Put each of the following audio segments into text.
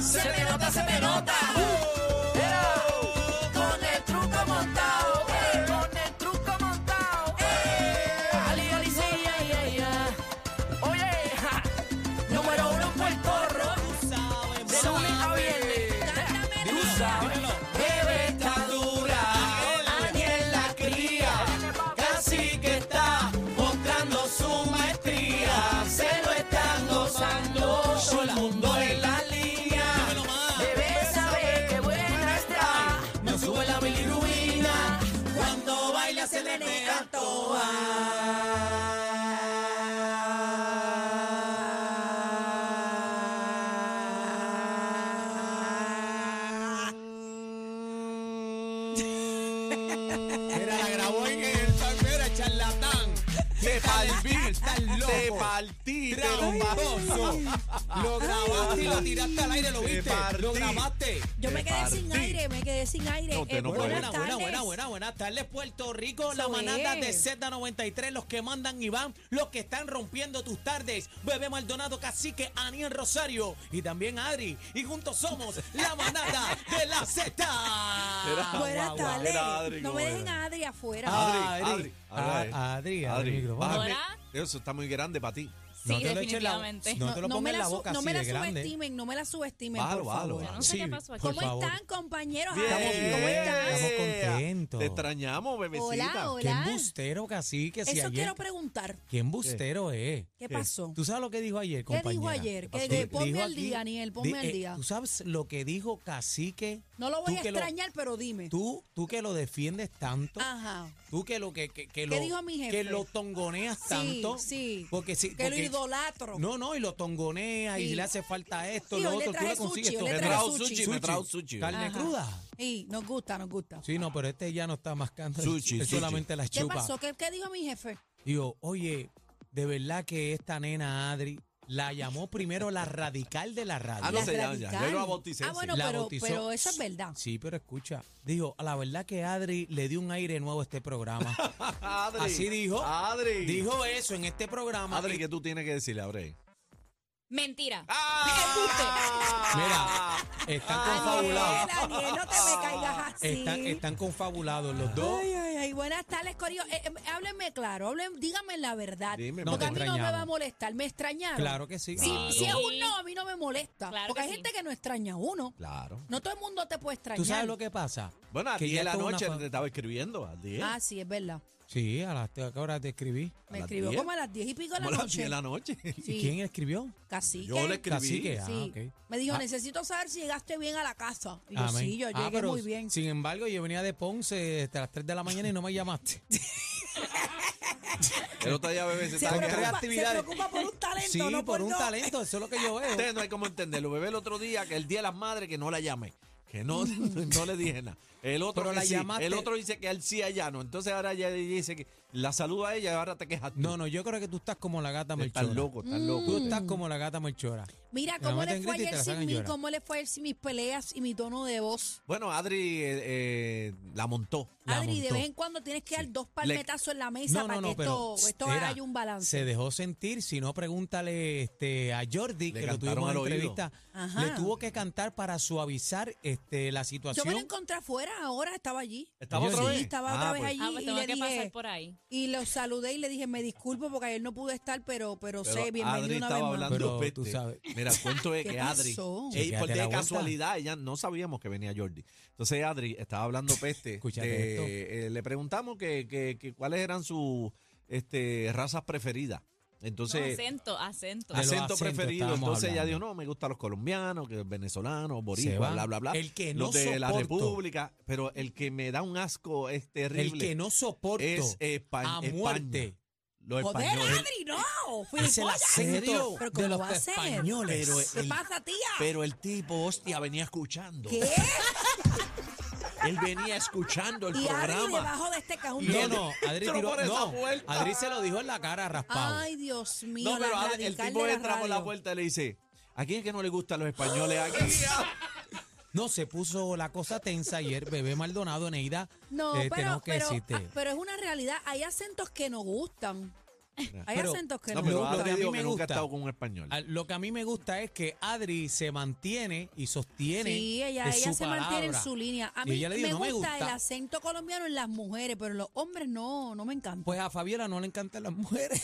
se me nota, se me nota. Era, Con el truco montado, eh, con el truco montado. eh. Ali, ali, sí, ay, ay, ay. Oye, ja, número uno en Puerto Rico. De lunes a viernes. Tú sabes. Bebé está dura, Ani es la cría. Casi que está mostrando su maestría. Se lo están gozando. Todo el mundo en la línea. Bebé sabe que buena está. No sube la bilirruina. Cuando baila se le nota Mira, la grabó en el palmera, charlatán. Te partí, estás loco. Te partí, te lo Tramposo. Lo grabaste y lo tiraste al aire, lo Te viste. Lo partí. grabaste. Yo me quedé sin Repartí. aire, me quedé sin aire. No, usted Eh, no puede. buenas Buena, tardes. buena, buena, buena. Buenas tardes, Puerto Rico. La Eso manada de es. Z93, los que mandan y van, los que están rompiendo tus tardes. Bebé Maldonado, Cacique, Aniel Rosario y también Adri. Y juntos somos la manada de la Z. Era- Buenas Guau, guau. tardes. Era Adri, no ¿cómo me era? dejen a Adri afuera. Adri, Ah, Adri. Adri, Adri, Ah, Adri, abre el micrófono. bájame. Hola. Eso está muy grande para ti. Sí, te lo eches en la- definitivamente. no te lo pongas me en la su- boca no así me la de grande. subestimen, no me la subestimen, Bájalo, por bájalo, favor. bájalo. No sé qué pasó aquí. por ¿Cómo favor. están, compañeros? Bien. Adri, ¿Cómo estás? Estamos contentos. Te extrañamos, bebecita. Hola, Qué hola. embustero, Cacique. Si Eso ayer- quiero preguntar. Qué embustero es. ¿Qué pasó? ¿Tú sabes lo que dijo ayer, ¿Qué compañera? dijo ayer? pasó? Que- que Di- ponme dijo al aquí- día, Aniel, ponme al eh, día. ¿Tú sabes lo que dijo Cacique? No lo voy Tú a que extrañar, pero dime. tú, tú que lo defiendes tanto. Ajá. Tú que lo que, que, que lo dijo mi jefe? que lo tongoneas Sí, tanto. sí. Porque sí, Que lo porque- idolatro. No, no, y lo tongoneas y Sí. le hace falta esto, Sí, lo hoy le otro, tú traje le consigues sushi, esto. hoy le Me traje trajo sushi. sushi, me trajo sushi. Carne Ajá. cruda. Y nos gusta, nos gusta. Sí, no, pero este ya no está mascando. Sushi, es sushi. solamente la ¿Qué chupa. pasó? ¿Qué, ¿Qué dijo mi jefe? Digo, oye, de verdad que esta nena Adri la llamó primero la radical de la radio. Ah, no La se llama ya. radical. Yo lo bauticé. Ah, sí. bueno, La pero, bautizó. pero eso es verdad. Sí, pero escucha. Dijo, la verdad que Adri le dio un aire nuevo a este programa. Adri. Así dijo. Adri. Dijo eso en este programa. Adri, Y- ¿qué tú tienes que decirle, Adri? Mentira. ¡Ah! Mira, están Daniel, confabulados. Daniel, no te me caigas así. Están, están confabulados los dos. Ay, ay, ay, buenas tarles, Corillo. Eh, eh, háblenme claro, hablen, díganme la verdad. Dime, No, porque a te mí no me extrañaron. va a molestar. ¿Me extrañaron? Claro que sí. Ah. Si, Claro. si es un no, a mí no me molesta. Claro porque que hay sí. gente que no extraña a uno. Claro. No todo el mundo te puede extrañar. ¿Tú sabes lo que pasa? Bueno, a Que ti ya en la esto es una noche fa- te estaba escribiendo, a 10. Ah, sí, es verdad. Sí, a las ¿a qué hora te escribí. Me las escribió 10. como a las 10 y pico de la Como a las 10 noche. de la noche. ¿Y Sí. quién escribió? Cacique. Yo le escribí. Cacique, ah, Sí. ok. Me dijo, Ah. necesito saber si llegaste bien a la casa. Y yo, Amén. sí, yo Ah, llegué pero muy bien. Sin embargo, yo venía de Ponce hasta las 3 de la mañana y no me llamaste. El otro día, bebé, se Se estaba quejando. preocupa, se actividades. preocupa por un talento, sí, no por un no. talento, eso es lo que yo veo. Ustedes no hay cómo entenderlo. Bebé el otro día, que el día de las madres, que no la llamé. Que no, no le dije nada. El otro, Pero que la sí. llamaste. el otro dice que él sí allá no. Entonces ahora ya dice que la saluda a ella y ahora te quejas. tú. No, no, yo creo que tú estás como la gata Estás Melchora. loco, estás loco. Tú estás como la gata Melchora. Mira, La ¿cómo meten le fue grita y te ayer la sin sacan mí? llorar. ¿Cómo le fue ayer sin mis peleas y mi tono de voz? Bueno, Adri eh, eh, la montó. La Adri, de montó. vez en cuando tienes que dar dos palmetazos en la mesa No, para no, no, que pero esto, esto mira, haya un balance. Se dejó sentir, si no pregúntale este a Jordi Le que lo cantaron tuvimos en al oído. entrevista, Ajá. le tuvo que cantar para suavizar este la Yo situación. me lo encontré afuera ahora, estaba allí. ¿Estaba Yo otra sí, vez? estaba Ah, otra vez pues, allí Ah, pues y tengo le que pasar dije... por ahí. Y lo saludé y le dije, me disculpo porque ayer no pude estar, pero, pero, pero sé, bienvenido Adri una estaba vez más. hablando Pero peste. tú sabes. Mira, el cuento es ¿Qué que Adri, pasó? ey, Chequéate por de la vuelta. casualidad, ella no sabíamos que venía Jordi. Entonces Adri estaba hablando peste. Escúchate de- eh, le preguntamos que, que- que cuáles eran sus este, razas preferidas. Entonces, acento, acento. De los acento acentos preferido. estábamos Entonces ella hablando. dijo, no, me gustan los colombianos, que venezolanos, Se boricuas, van. bla, bla, bla. El que los no de la soporto. República. Pero el que me da un asco es terrible. el que no soporto es Espa- a España. muerte Los Joder, españoles. Adri, no. es el gilipollas. acento Pero de ¿cómo los va a ser? españoles. Pero ¿Qué el- pasa, tía? Pero el tipo, hostia, venía escuchando. ¿Qué? Él venía escuchando el Y Adri programa. debajo de este cajón. No, no, Adri Entró tiró, por esa no, puerta. Adri se lo dijo en la cara raspado. Ay, Dios mío, No, pero la Ad- radical el tipo de la entra por la radio. puerta y le dice, ¿a quién es que no le gustan los españoles aquí? No, se puso la cosa tensa ayer, bebé Maldonado, Neida. No, eh, pero, tenemos que pero, decirte. ah, pero es una realidad. Hay acentos que nos gustan. Hay Pero- acentos que No, no. Lo- pero lo Adri que a mí dijo me que nunca gusta- ha estado con un español. A- Ah, Lo que a mí me gusta es que Adri se mantiene y sostiene. Sí, ella, de ella su se mantiene en palabra. su línea. A Y mí ella le dijo, me, "No gusta me el gusta". acento colombiano en las mujeres, pero en los hombres no, no me encanta. Pues a Fabiola no le encantan las mujeres.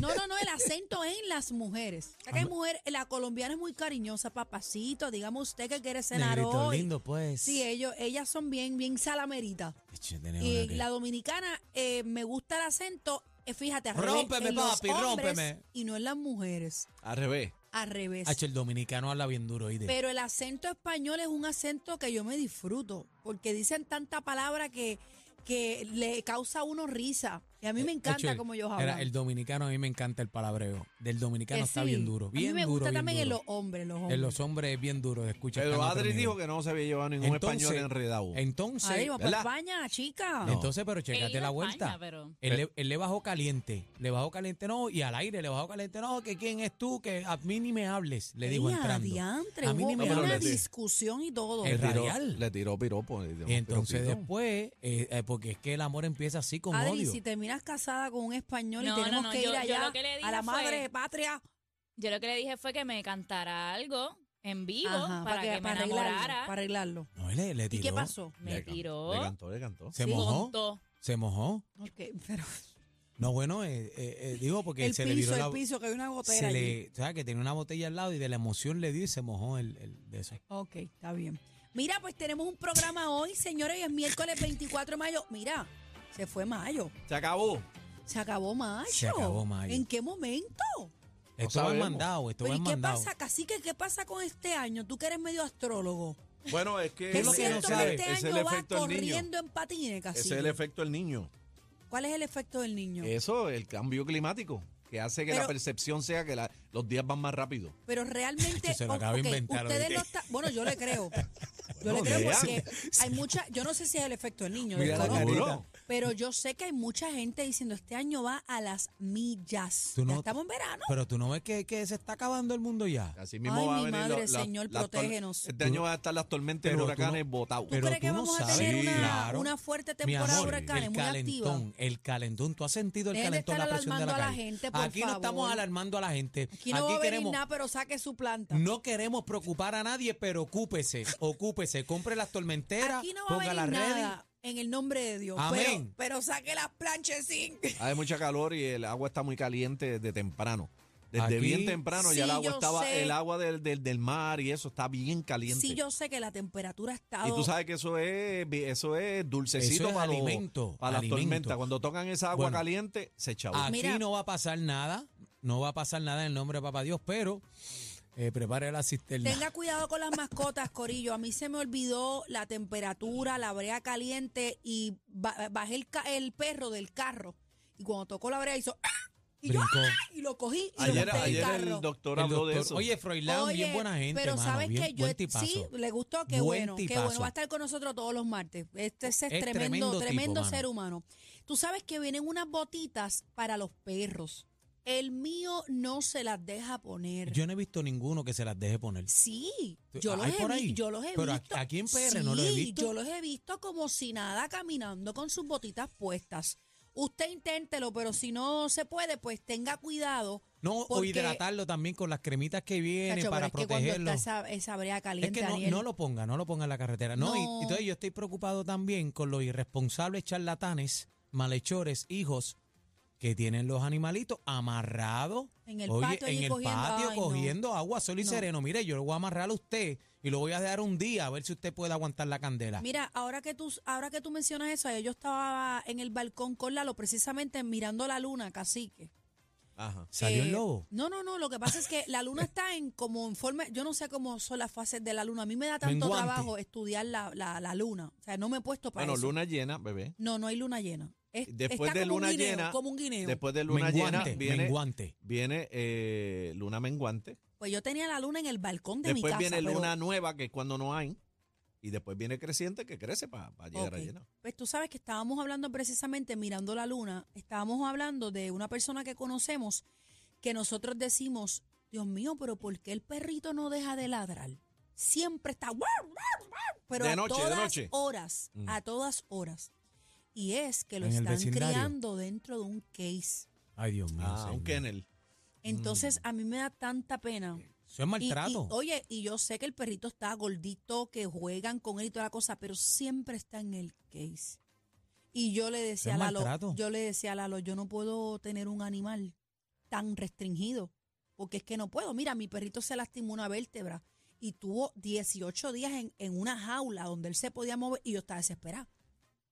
No, no, no, el acento en las mujeres. Acá hay mujer, la colombiana es muy cariñosa, papacito, dígame usted que quiere cenar Negrito hoy. lindo, pues. Sí, ellos, ellas son bien, bien salameritas. Eche, tenemos Y una que- la dominicana eh, me gusta el acento, eh, fíjate, al revés, Rómpeme, en los papi, hombres rómpeme. Y no en las mujeres, Al revés. al revés. Hacho, el dominicano habla bien duro, ¿oíste? Pero el acento español es un acento que yo me disfruto, porque dicen tanta palabra que, que le causa a uno risa. Y a mí me encanta Hacho, como ellos Eh, era, hablan. El dominicano, a mí me encanta el palabreo. Del dominicano Que está sí. bien duro. Bien a mí me duro, gusta bien también en duro. los hombres, los hombres. En los hombres es bien duro, escucha. Pero está en otro Adri nivel. dijo que no se había llevado ningún español enredado. Entonces, Ahí vamos para ¿verdad? España, chica. No. entonces, pero He checate ido la a vuelta. España, pero- Él le, él le bajó caliente, le bajó caliente no, y al aire le bajó caliente no, que quién es tú, que a mí ni me hables, le dijo Ey, entrando. adiantre, a mí ni hubo me No, pero una le- hables. discusión y todo. El le, tiró, radial. le tiró piropo. le tiró Y entonces piropito. después, eh, eh, porque es que el amor empieza así con Adri, odio. si terminas casada con un español y No, tenemos no, no, que ir yo- yo allá lo que le a la dije madre fue- patria, Yo lo que le dije fue que me cantara algo en vivo Ajá, para, que, me enamorara. arreglarlo, para arreglarlo. No, él le, le ¿Y tiró. qué pasó? Me Le can- tiró. Le cantó, le cantó. Se mojó. contó. Se mojó. Ok, pero No, bueno, eh, eh, eh, digo porque el se le viró piso, la el piso, que hay una se gotera allí. le, ¿sabes? que tenía una botella al lado y de la emoción le dio y se mojó el, el de eso. Ok, está bien. Mira, pues tenemos un programa hoy, señores, y es miércoles 24 de mayo. Mira, se fue mayo. Se acabó. Se acabó mayo. Se acabó mayo. ¿En qué momento? Esto va sabemos. mandado, esto Pero va ¿y qué mandado. pasa, cacique? ¿Qué pasa con este año? Tú que eres medio astrólogo. Bueno, es que ¿Qué ¿Qué es lo que no siento sabe? que este es el año va efecto del niño. corriendo en patines, Ese cacique? es el efecto del niño. ¿Cuál es el efecto del niño? Eh, Eso, el cambio climático, que hace que la Pero- percepción sea que la- los días van más rápido. Pero realmente, Yo se lo o- acabo de ok, inventar, ustedes ¿oíste? lo están... Bueno, yo le creo. Yo Bueno, le creo lean. porque hay mucha... Yo no sé si es el efecto del niño. Mira la desconozco. Seguro. Pero yo sé que hay mucha gente diciendo este año va a las millas. Tú Ya no- estamos en verano. Pero tú no ves que, que se está acabando el mundo ya. Así mismo Ay, va a mi venir madre, la- la- Señor, las tor- protégenos. Este año van a estar las tormentas y los Pero tú no- huracanes botados. ¿Tú pero crees que tú no vamos a sabes. tener Sí, una, claro. una fuerte Mi temporada amor, de huracanes? el Muy activa. calentón, el calentón. ¿Tú has sentido el Dejen de calentón? estar la presión de alarmando la, a la calle? gente, por Aquí no estamos favor. alarmando a la gente. Aquí no va a venir queremos, nada, pero saque su planta. no queremos preocupar a nadie, pero ocúpese, ocúpese. Compre las tormenteras, Aquí no va ponga a las venir redes. nada en el nombre de Dios. Amén. Pero, pero saque las planchas sin. Hay mucha calor y el agua está muy caliente desde temprano. Desde Aquí- bien temprano ya el Sí, agua yo estaba, sé. el agua del, del, del mar y eso está bien caliente. Sí, yo sé que la temperatura ha estado. y tú sabes que eso es, eso es dulcecito Eso es para, los- alimento, para las alimento. tormentas. Cuando tocan esa agua Bueno. Ah, caliente, se echaba. Aquí Mira. no va a pasar nada, no va a pasar nada en el nombre de Papá Dios, pero eh, prepare la cisterna. Tenga cuidado con las mascotas, Corillo. A mí se me olvidó la temperatura, la brea caliente y ba- bajé el, ca- el perro del carro. Y cuando tocó la brea hizo. ¡ah! Y yo Brincó. ¡ah! y lo cogí y ayer lo monté en ayer el el carro. doctor El habló de doctor- eso. Oye, Froilán, bien Oye, buena gente, pero mano, sabes bien, que yo buen tipazo. sí le gustó, qué Buen bueno, qué tipazo. bueno va a estar con nosotros todos los martes. Este ese es, Es tremendo tremendo, tipo, tremendo mano. ser humano. Tú sabes que vienen unas botitas para los perros. El mío no se las deja poner. Yo no he visto ninguno que se las deje poner. sí, yo los, ¿Hay he por vi- ahí? yo los he Pero visto. aquí en PR no lo he Sí, visto. Yo los he visto como si nada caminando con sus botitas puestas. Usted inténtelo, pero si no se puede, pues tenga cuidado. No, o porque- hidratarlo también con las cremitas que vienen Chacho, para pero es que cuando protegerlo. está esa, esa brea Es caliente, que no, Daniel, no lo ponga, no lo ponga en la carretera. No, y- No. y entonces yo estoy preocupado también con los irresponsables charlatanes, malhechores, hijos que tienen los animalitos amarrados En el oye, patio allí en el cogiendo- patio ay, no. cogiendo agua, sol y No. sereno. Mire, yo lo voy a amarrar a usted y lo voy a dejar un día a ver si usted puede aguantar la candela. Mira, ahora que tú ahora que tú mencionas eso, ayer yo estaba en el balcón con Lalo precisamente mirando la luna, cacique. Ajá. Eh, Salió el lobo. No, no, no, lo que pasa es que la luna está en como en forma, yo no sé cómo son las fases de la luna, a mí me da tanto Menguante. trabajo estudiar la, la, la luna, o sea, no me he puesto para Bueno, eso. luna llena, bebé. No, no hay luna llena. Es- Después está de como luna un guineo, llena, como un guineo. después de luna menguante, llena viene, menguante. viene eh, luna menguante. Pues yo tenía la luna en el balcón de mi después casa. viene pero- luna nueva, que es cuando no hay. Y después viene creciente, que crece para llegar Ok. a llenar. Pues tú sabes que estábamos hablando precisamente mirando la luna, estábamos hablando de una persona que conocemos que nosotros decimos, Dios mío, pero ¿por qué el perrito no deja de ladrar? Siempre está, "Guau, guau, guau", pero De a noche, de todas noche. horas, Mm. a todas horas. Y es que lo En el están vecindario. criando dentro de un case. Ay, Dios mío. Ah, un señor. kennel. Entonces, Mm. a mí me da tanta pena. Eso es Y- y, maltrato. oye, y yo sé que el perrito está gordito, que juegan con él y toda la cosa, pero siempre está en el case. Y yo le decía a Es Lalo, maltrato. yo le decía a Lalo, yo no puedo tener un animal tan restringido, porque es que no puedo. Mira, mi perrito se lastimó una vértebra y tuvo 18 días en, en una jaula donde él se podía mover y yo estaba desesperada.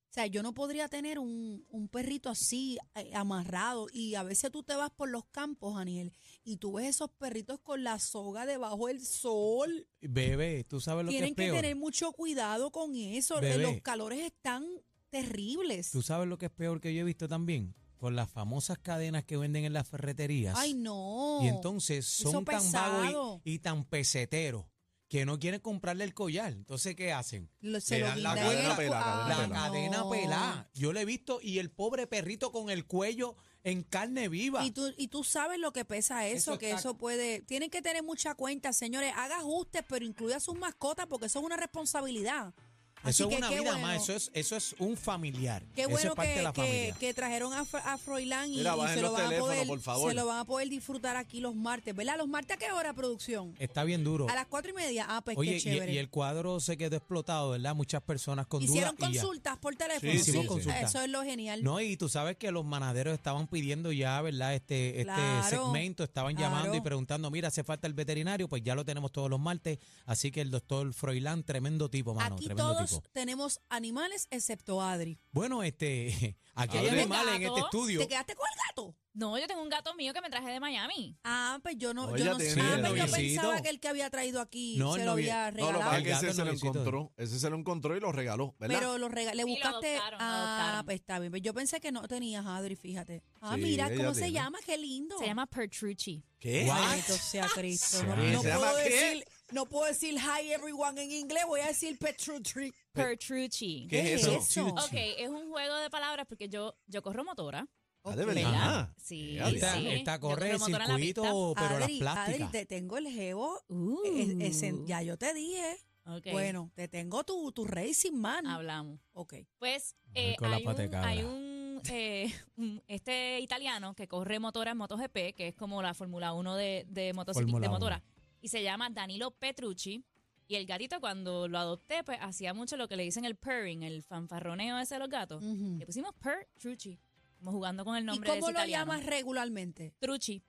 O sea, yo no podría tener un, un perrito así eh, amarrado. Y a veces tú te vas por los campos, Daniel, y tú ves esos perritos con la soga debajo del sol. Bebé, tú sabes lo que es Tienen que, peor. tener mucho cuidado con eso. eh, Bebé. Los calores están terribles. Tú sabes lo que es peor que yo he visto también. Con las famosas cadenas que venden en las ferreterías. Ay, no. Y entonces Eso son tan vagos pesado. y- y, tan peseteros que no quieren comprarle el collar. Entonces, ¿qué hacen? Lo- se le lo dan la guindan en cadena el cu- pelá, Ay, cadena Ah, La pelá. cadena no. pelada. Yo le he visto y el pobre perrito con el cuello en carne viva. Y tú, y tú sabes lo que pesa eso, Eso que está- eso puede... Tienen que tener mucha cuenta, señores. Haga ajustes, pero incluya sus mascotas, porque eso es una responsabilidad. Así eso que es una qué vida bueno. más. Eso es, eso es un familiar. Qué eso es bueno parte de que, la que, familia. que trajeron a, Fro- a Froilán y, Mira, y bajen se, lo los van a teléfonos, poder, por favor. se lo van a poder disfrutar aquí los martes, ¿verdad? ¿Los martes a qué hora, producción? Está bien duro. A las cuatro y media. Ah, pues Oye, qué y, chévere. y el cuadro se quedó explotado, ¿verdad? Muchas personas con Hicieron dudas. y ya. consultas por teléfono. Sí, hicimos sí. consulta. Eso es lo genial. No, y tú sabes que los manaderos estaban pidiendo ya, ¿verdad? Este, este Claro, segmento, estaban llamando y claro. preguntando, mira, hace falta el veterinario, pues ya lo tenemos todos los martes. Así que el doctor Froilán, tremendo tipo, mano, aquí tremendo todos tipo. tenemos animales excepto Adri. Bueno, este, aquí hay Abre. animales en Gato. este estudio. ¿Te quedaste con el gato? No, yo tengo un gato mío que me traje de Miami. Ah, pues yo no, No, yo ella no tiene sé. Ah, el pues yo noviecito. pensaba que el que había traído aquí No, se el lo novie- No, lo había que regalado. pasa es que El ese gato se lo novicito. encontró. Ese se lo encontró y lo regaló, ¿verdad? Pero lo rega- le Sí, lo buscaste. adoptaron, lo ah, adoptaron. pues está bien. Pero Yo pensé que no tenías Adri, fíjate. Ah, Sí, mira ella cómo se tiene. llama, qué lindo. Se llama Pertrucci. ¿Qué? Guau. Bendito sea Cristo. Sí, No, se no llama puedo ¿qué? decir, no puedo decir hi everyone en inglés, voy a decir Petrutri. Pertrucci. ¿Qué es eso? Ok, es un juego de palabras porque yo, yo corro motora. Ah, de Ok. verdad. Ajá. Sí, Ya, Está, sí. está Yo corre corro el motora en la pista. circuito, pero Adri, las Adri, plásticas. te tengo el jevo. Uh. Es- es en- ya yo te dije. Ok, Bueno, te tengo tu, tu racing man. hablamos. Ok. Pues Ay, eh, con la hay, pata de un, cabra. hay un, eh, un- este italiano que corre motora en MotoGP, que es como la Fórmula 1 de, de, motocicl- Fórmula de 1. motora, y se llama Danilo Petrucci. Y el gatito cuando lo adopté, pues hacía mucho lo que le dicen el purring, el fanfarroneo ese de los gatos. Ujú. Le pusimos Petrucci, como jugando con el ¿Y nombre de cómo ese lo italiano. llamas regularmente? Trucci.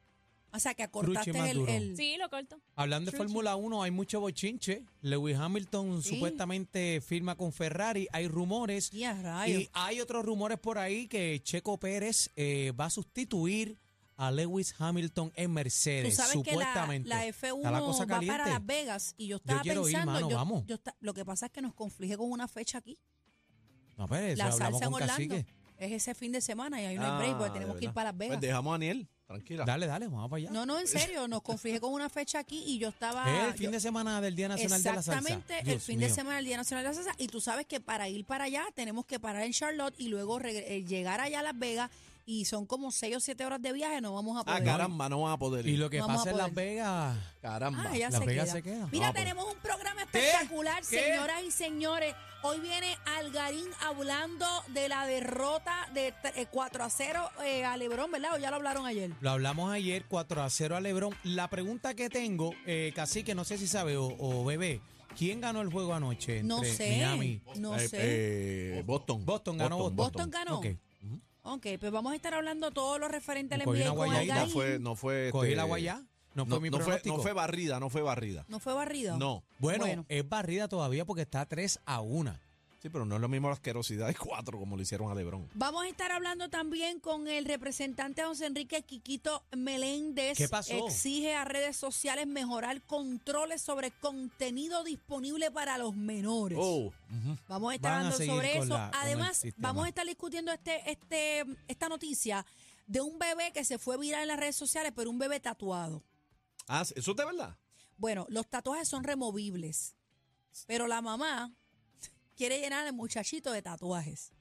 O sea, que Truchi acortaste más el, duro. el- Sí, lo corto. Hablando de True, Fórmula 1, hay mucho bochinche. Lewis Hamilton Sí. supuestamente firma con Ferrari. Hay rumores. Y a rayos. Y hay otros rumores por ahí que Checo Pérez eh, va a sustituir a Lewis Hamilton en Tú Mercedes, sabes que la, eh, supuestamente. la F1 Está la cosa va para caliente. Las Vegas y yo estaba quiero ir, pensando, mano, yo- vamos. yo esta- lo que pasa es que nos conflige con una fecha aquí. No, pero eso la hablamos salsa en con Orlando. Cacique. Es ese fin de semana y hay una break porque Ah, tenemos de que ir verdad. para Las Vegas. Pues dejamos a Daniel, tranquila. Dale, dale, vamos para allá. no, no, en serio, nos conflige con una fecha aquí y yo estaba... es el fin yo- de semana del Día Nacional de la Salsa. Exactamente, el Dios fin de mío. semana del Día Nacional de la Salsa. Y tú sabes que para ir para allá tenemos que parar en Charlotte y luego regre- eh, llegar allá a Las Vegas y son como 6 o 7 horas de viaje, no vamos a Ah, poder. caramba, no van a poder Y ir. lo que Vamos a pasa en Las poder. Vegas. Caramba. Ah, ya Las se, Vegas queda. se queda. Mira, Ah, pues. tenemos un programa espectacular, ¿Qué? señoras y señores. Hoy viene Algarín hablando de la derrota de tre- eh, 4 a 0 eh, a Lebrón, ¿verdad? O ya lo hablaron ayer. Lo hablamos ayer, 4 a 0 a Lebron. La pregunta que tengo, eh, Cacique, no sé si sabe o, o bebé, ¿quién ganó el juego anoche entre No sé. Miami? No Eh, sé. eh, Boston. Boston ganó Boston, ganó. Ok. Ok, pues vamos a estar hablando todo lo referente al Cogí NBA una con guayabita. No, no Algarín. fue, no fue. Cogí este, la guayá. No No, fue mi no fue, pronóstico. no fue barrida, no fue barrida. ¿No fue barrido? No. Bueno, Bueno. es barrida todavía porque está 3 a 1. Sí, pero no es lo mismo la asquerosidad de cuatro como le hicieron a Lebron. Vamos a estar hablando también con el representante José Enrique Quiquito Meléndez. ¿Qué pasó? Exige a redes sociales mejorar controles sobre contenido disponible para los menores. Oh, ujú. Vamos a estar Van a hablando seguir sobre con eso. la- con el Además, sistema. vamos a estar discutiendo este, este, esta noticia de un bebé que se fue viral en las redes sociales, pero un bebé tatuado. Ah, ¿eso es de verdad? Bueno, los tatuajes son removibles, pero la mamá quiere llenar al muchachito de tatuajes.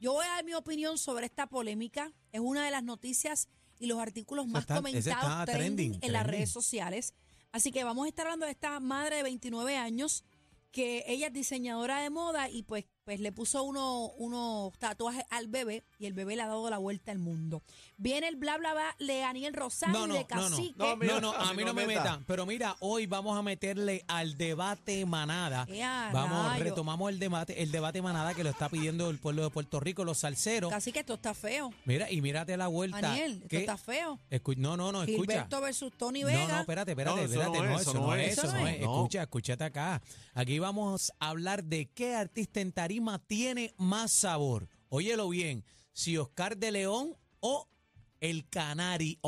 Yo voy a dar mi opinión sobre esta polémica. Es una de las noticias y los artículos más está- ese está comentados trending trending, en las trending. redes sociales. Así que vamos a estar hablando de esta madre de 29 años que ella es diseñadora de moda y pues, pues, pues le puso uno, unos tatuajes al bebé y el bebé le ha dado la vuelta al mundo. Viene el bla bla bla de Aniel Rosario No, no, de no, no. Cacique. No, No, Mira, no, a si mí no no me meta. metan. Pero mira, hoy vamos a meterle al debate manada. Ea, Vamos, Eh, rayo. retomamos el debate, el debate manada que lo está pidiendo el pueblo de Puerto Rico, los salseros. Cacique, esto está feo. Mira, y mírate la vuelta. Aniel, esto que- está feo. escu- no, no, no, escucha. Gilberto versus Tony No, Vega. no, espérate, espérate, No, eso espérate. No, eso no es, eso no es. no. Escucha, escúchate acá. Aquí vamos a hablar de qué artista en tarima tiene más sabor. Óyelo bien, si Oscar de León o el Canario.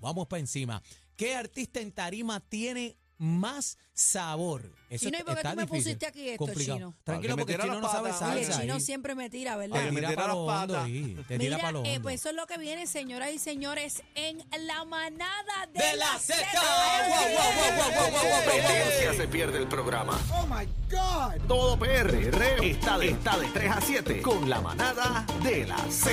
Vamos para encima. ¿Qué artista en tarima tiene más sabor? Eso Chino, ¿y por qué está tú me difícil, pusiste aquí esto, complicado. Chino? Tranquilo, Para que porque me tira Chino no la sabe pata. Oye, el salsa. chino ahí. siempre me tira, Te ¿verdad? Para que me tira tira para la lo hondo pata. ahí, Te tira Mira, para lo eh, hondo. pues eso es lo que viene, señoras y señores, en la manada de, De la Z. Z. Guau, guau, guau, guau, guau, guau, guau, guau. Competencia se pierde el programa. Oh my God. Todo PR, está de, está de 3 a 7 con la manada de la Z.